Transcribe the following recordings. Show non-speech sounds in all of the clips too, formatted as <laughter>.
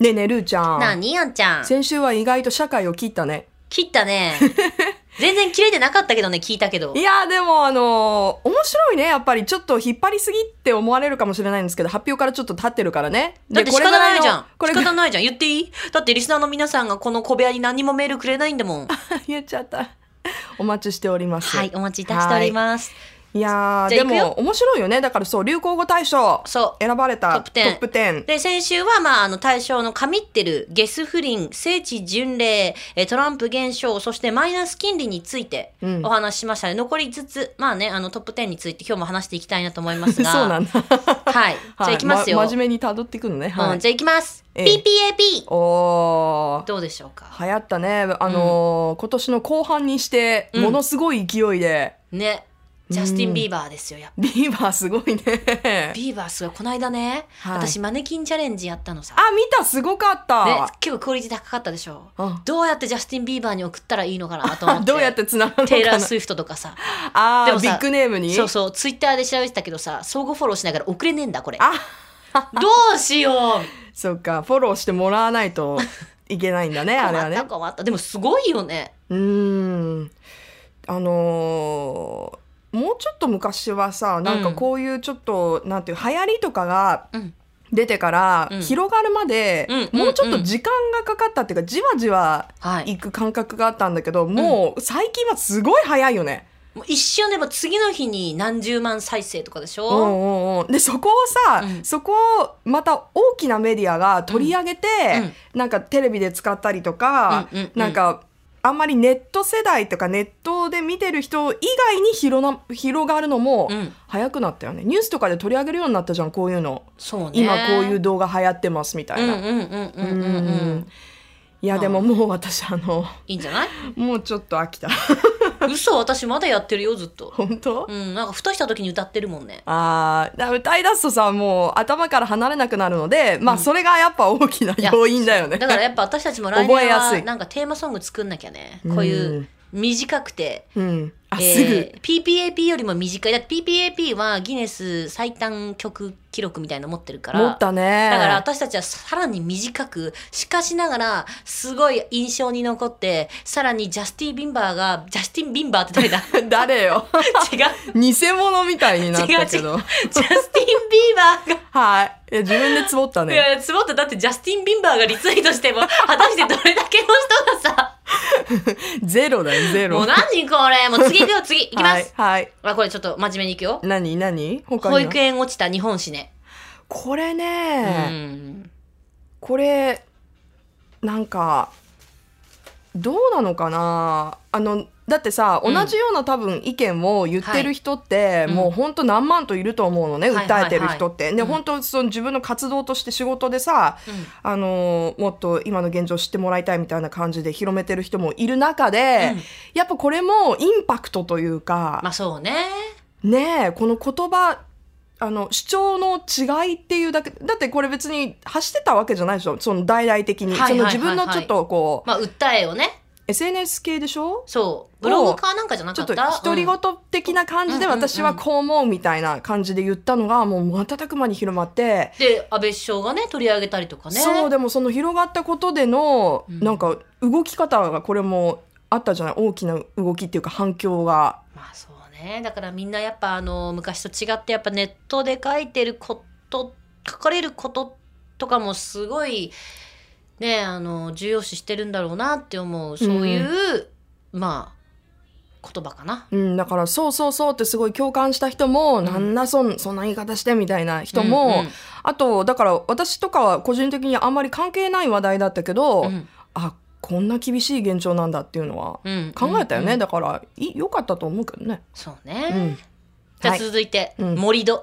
ねえねえるーちゃんなあ、にやんちゃん。先週は意外と社会を切ったね切っ <laughs> たね。全然切れてなかったけどね、聞いたけどい。やーでもあのー面白いねやっぱりちょっと引っ張りすぎって思われるかもしれないんですけど発表からちょっと経ってるからねだって仕方ないじゃん。これ仕ぐらい方のないじゃん。言っていいだってリスナーの皆さんがこの小部屋に何もメールくれないんだも <laughs> ん。これ言っちゃったお待ちしておりますはい、お待ちいたしております。すいやーじでゃあ行くよも面白いよねだからそう流行語大賞そう。選ばれたトップ10トップ10で、先週は、まあ、あの、対象の神ってる、ゲス不倫、聖地巡礼、えートランプ現象、そしてマイナス金利についてうんお話ししましたね。残り5つ、まあね、あの、トップ10について今日も話していきたいなと思います <laughs> が。そうなんだ <laughs> はい。じゃあ行きますよ。はい真面目に辿っていくのね、はうん、い、じゃあ行きます。ええ PPAP! おーどうでしょうか流行ったねあのー今年の後半にしてうんものすごい勢いで、 <laughs> ね。ジャスティン・ビーバーですよ、やっぱ。ビーバーすごい <laughs> ねビーバーすごい。この間ね、はい私マネキンチャレンジやったのさ。あ見たすごかった、ね、結構クオリティ高かったでしょ。あどうやってジャスティン・ビーバーに送ったらいいのかなと思っ <laughs> て。どうやってつながるのテイラかー・なスウィフトとかさ。あでーもビさッグネームにそうそう、ツイッターで調べてたけどさ、相互フォローしながら送れねえんだ、これ。あ <laughs> どうしようそうかフォローしてもらわないといけないん <laughs> だねあれ困はっねた困った。でもすごいよね。うーんあのーもうちょっと昔はさなんかこういうちょっと、なんていう流行りとかがうん。出てから、うん広がるまで、うんうんうんもうちょっと時間がかかったっていうかじわじわはい。行く感覚があったんだけど、もう最近はすごい早いよね。もう一瞬でも次の日に何十万再生とかでしうんょ、うんうんでそこをさ、うんそこをまた大きなメディアが取り上げて、なんかテレビで使ったりとか、うんうんうんなんかあんまりネット世代とかネットで見てる人以外に広な広がるのもうん早くなったよね、ニュースとかで取り上げるようになったじゃんこういうのそうね。今こういう動画流行ってますみたういんな。うんうんうんうんうんうんいやでももう私あのいいんじゃないもうちょっと飽きた <laughs> <laughs> 嘘私まだやってるよずっと本当うんなんかふとした時に歌ってるもんねあーだ歌い出すとさもう頭から離れなくなるのでまあそれがやっぱ大きないや要因だよね。だからやっぱ私たちも来年覚えやすはいなんかテーマソング作んなきゃねこういう短くて、 <laughs> うん、あ、えー PPAP よりも短いだって PPAP はギネス最短曲記録みたいなの持ってるかすぐ持らったねだから私たちはさらに短くしかしながらすごい印象に残ってさらにジャスティン・ビンバーがジャスティン・ビンバーって誰 <laughs> だ誰よ違う偽物みたいになったけ <laughs> 違どジャスティン・ビーバーがはいいや自分でつぼったいねや、つぼって、だってジャスティン・ビンバーがリツイートしても、 <laughs> 果たしてどれだけの人がさ、ゼロだよゼロもう何これ、もう次行くよ、次、行きます。はい、はい、あ、これちょっと真面目に行くよ。何何他保には育園落ちた日本史ね。これうね、ん。これなんかどうなのかなあのだってさ、うん同じような多分意見を言ってる人って、いうんもうほんと何万といると思うのね、はいはいはい訴えてる人って。で、うん本当その自分の活動として仕事でさ、うんあのもっと今の現状を知ってもらいたいみたいな感じで広めてる人もいる中で、うんやっぱこれもインパクトというまか、あそうね。ねえこの言葉あの主張の違いっていうだけだってこれ別に走ってたわけじゃないでしょその大々的に、はいはいはいはいその自分のちょっとこう、まあ訴えをね。 SNS 系でしょそう。ブログかなんかじゃなちかょっったと独りう言ん的な感じでうんうんうんうん私はこう思うみたいな感じで言ったのがもう瞬く間に広まって、で、安倍首相がね、取り上げたりとかね。そうでもその広がったことでの、うんなんか動き方がこれもあったじゃない大きな動きっていうか反響がまあそうね。だからみんなやっぱあの、昔と違ってやっぱネットで書いてること、書かれることとかもすごい、ね、あの、重要視してるんだろうなって思う、そういう、まあ、言葉かな。うん、だから、そうそうそうってすごい共感した人も、んなんだそん、そんな言い方してみたいな人も、うあと、だから私とかは個人的にあんまり関係ない話題だったけど、んうんあ、こんな厳しい現状なんだっていうのはうん考えたよね。うんだから、い、良かったと思うけどね。そううねん。。じゃはあい続いて、うん盛り土。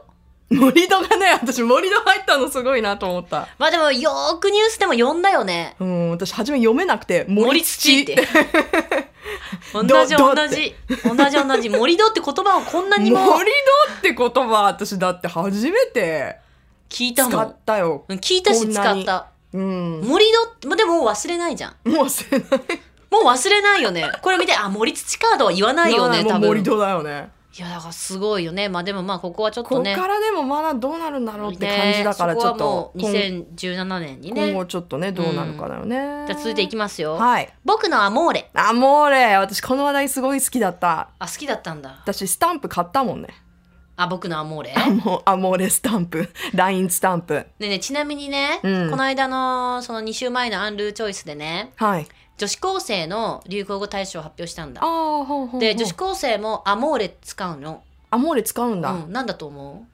森戸がね、私森戸入ったのすごいなと思った。まあでも、よーくニュースでも読んだよね。うん、私初め読めなくて、森土って。 <laughs> 同どじど同ってじ。同じ同じ。森土って言葉をこん <laughs> な森に戸もって言葉、私だって初めて聞いたも使んっ。たよ。うん聞いたこしん使なっにた。うん。森戸って、までも忘れないじゃん。もうせない。もう忘れないよね。これ見て、あ、森土カードは言わないよね、も多う森分。戸だよね。いやだからすごいよねまあでもまあここはちょっことっねからでもまだどうなるんだろうって感じだからねちょっと、そこはもう2017年に今今ね後ちょっとねどうなるかだよね、じゃあ続いていきますよ、はい僕のアモーレあもうれ私この話題すごい好きだったあ好きだったんだ私スタンプ買ったもんねあ僕のアモーレもうアモーレスタンプ LINE スタンプねえねえちなみにね、うんこの間のその2週前のアンルーチョイスでねはい女子高生の流行語大賞を発表したんだああほうほうで女子高生もアモーレ使うの、アモーレ使うんだ、うん、なんだと思う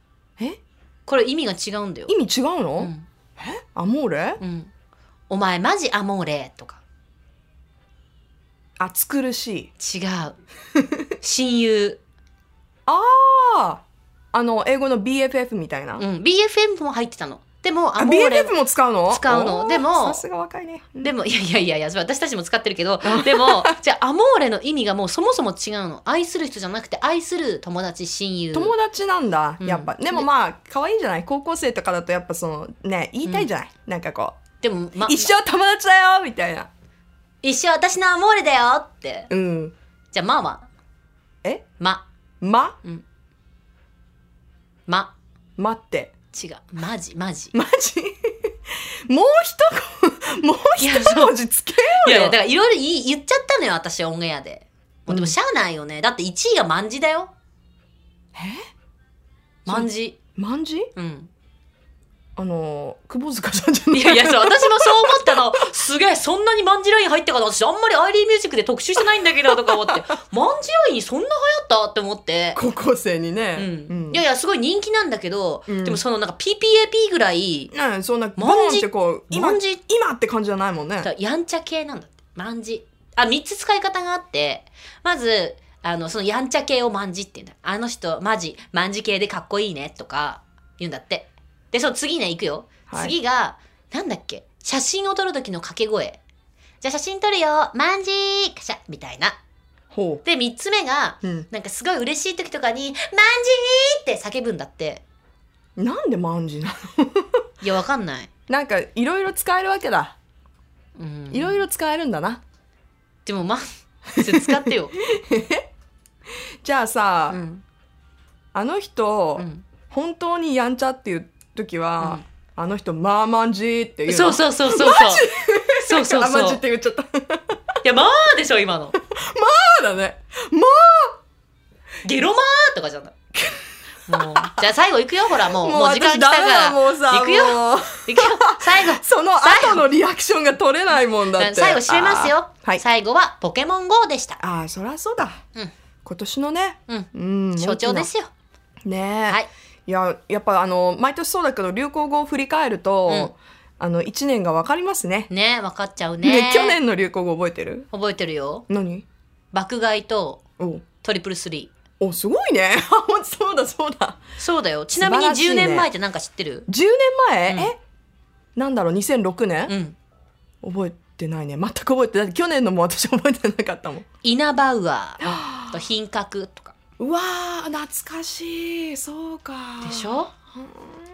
えこれ意味が違うんだよ、意味違ううの、んアモーレうん、お前マジアモーレとか暑苦しい違 <laughs> う親友、あああの英語の BFF みたいな、うん、BFM も入ってたのでもあアモーレ BFF も使うの使うのおーでもさすが若いねでもいやいやいやいやそれ私たちも使ってるけどでもじゃあアモーレの意味がもうそもそも違うの愛する人じゃなくて愛する友達親友友達なんだ、うんやっぱでもまあ可愛いんじゃない高校生とかだとやっぱそのね言いたいじゃない、なんかこでも、うま、一生友達だよみたいな一生私のアモーレだよってうんじゃあまあはえままま待って違うマジマジマジ <laughs> もう一個もう <laughs> 一文字つけよよいうやいやだからいろいろ言い言っちゃったのよ私オンエアでもうでうもんしゃあないよねだって1位が万字だよえ万字まんじうんあの窪塚さんじゃないいやいやそう私もそう思ったのすげえそんなに万字ライン入ったから私あんまりアイリーミュージックで特集してないんだけどとか <laughs> 思って万字ラインそんな流行ったって思って高校生にねう、ん、うんいやいやすごい人気なんだけど、うんでもそのなんか PPAP ぐらいうん、そんなボまーんンっじてこう今万字って今って感じじゃないもんねだからやんちゃ系なんだって。万字。あ、三つ使い方があって、まず、あの、そのやんちゃ系を万字って言うんだ。あの人、マジ、万字系でかっこいいね、とか、言うんだって。で、その次ね、行くよ。はい次が、なんだっけ、写真を撮る時の掛け声。じゃあ写真撮るよ、万字カシャみたいな。ほで、三つ目が、う、うん、なんかすごい嬉しい時とかに、万字って叫ぶんだって。なんでまんじなのいや、わかんない。 <laughs> なんかいろいろ使えるわけだうん。いろいろ使えるんだなでも、ま、それ使っ <laughs> てよ。じゃあさ、うん。あの人、うん。本当にやんちゃっていう時は、あの人まあまんじっていうのそうそうそうそうそう。そうそうあまんそじうっ。て言っちゃったまいや、まあでしょ、今の。あだねゲロまあとかじゃない。もう。じゃあ最後行くよ、ほら、もう。もう時間私来たダかメだら。行もうさくよもうくよ。最後。その後のリアクションが取れないもんだって最後締めますよ。あーはい最後は、ポケモン GO でした。ああそりゃそうだ、うん今年のねうん。うん象徴ですよ。ねえ、はいい、ややっぱあの毎年そうだけど流行語を振り返ると、あの1年が分かりますねね分かっちゃうねね。去年の流行語覚えてる覚えてるよ。何爆買いとおトリプルスリー。おすごいね <laughs> あそうだそうだそうだよ。ちなみに素晴らしいね10年前ってなんか知ってる10年前、うんえなんだろう2006年う、ん。な覚いえてないね全く覚えてないだって去年のも私覚えてなかったもんイナバウアーと品格とか。うわー懐かしいそうかでしょうん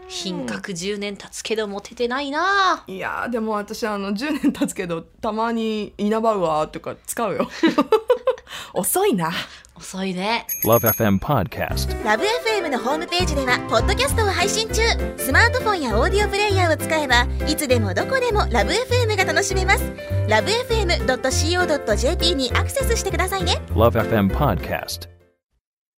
品格10年経つけどモテてないなぁ。いやーでも私あの10年経つけどたまに「イナバウアー」とか使うよ <laughs> 遅いな遅いね Love FM Podcast. ラブ f m のホームページではポッドキャストを配信中スマートフォンやオーディオプレイヤーを使えばいつでもどこでもラブ f m が楽しめますラブ FM.co.jp にアクセスしてくださいね Love FM Podcast.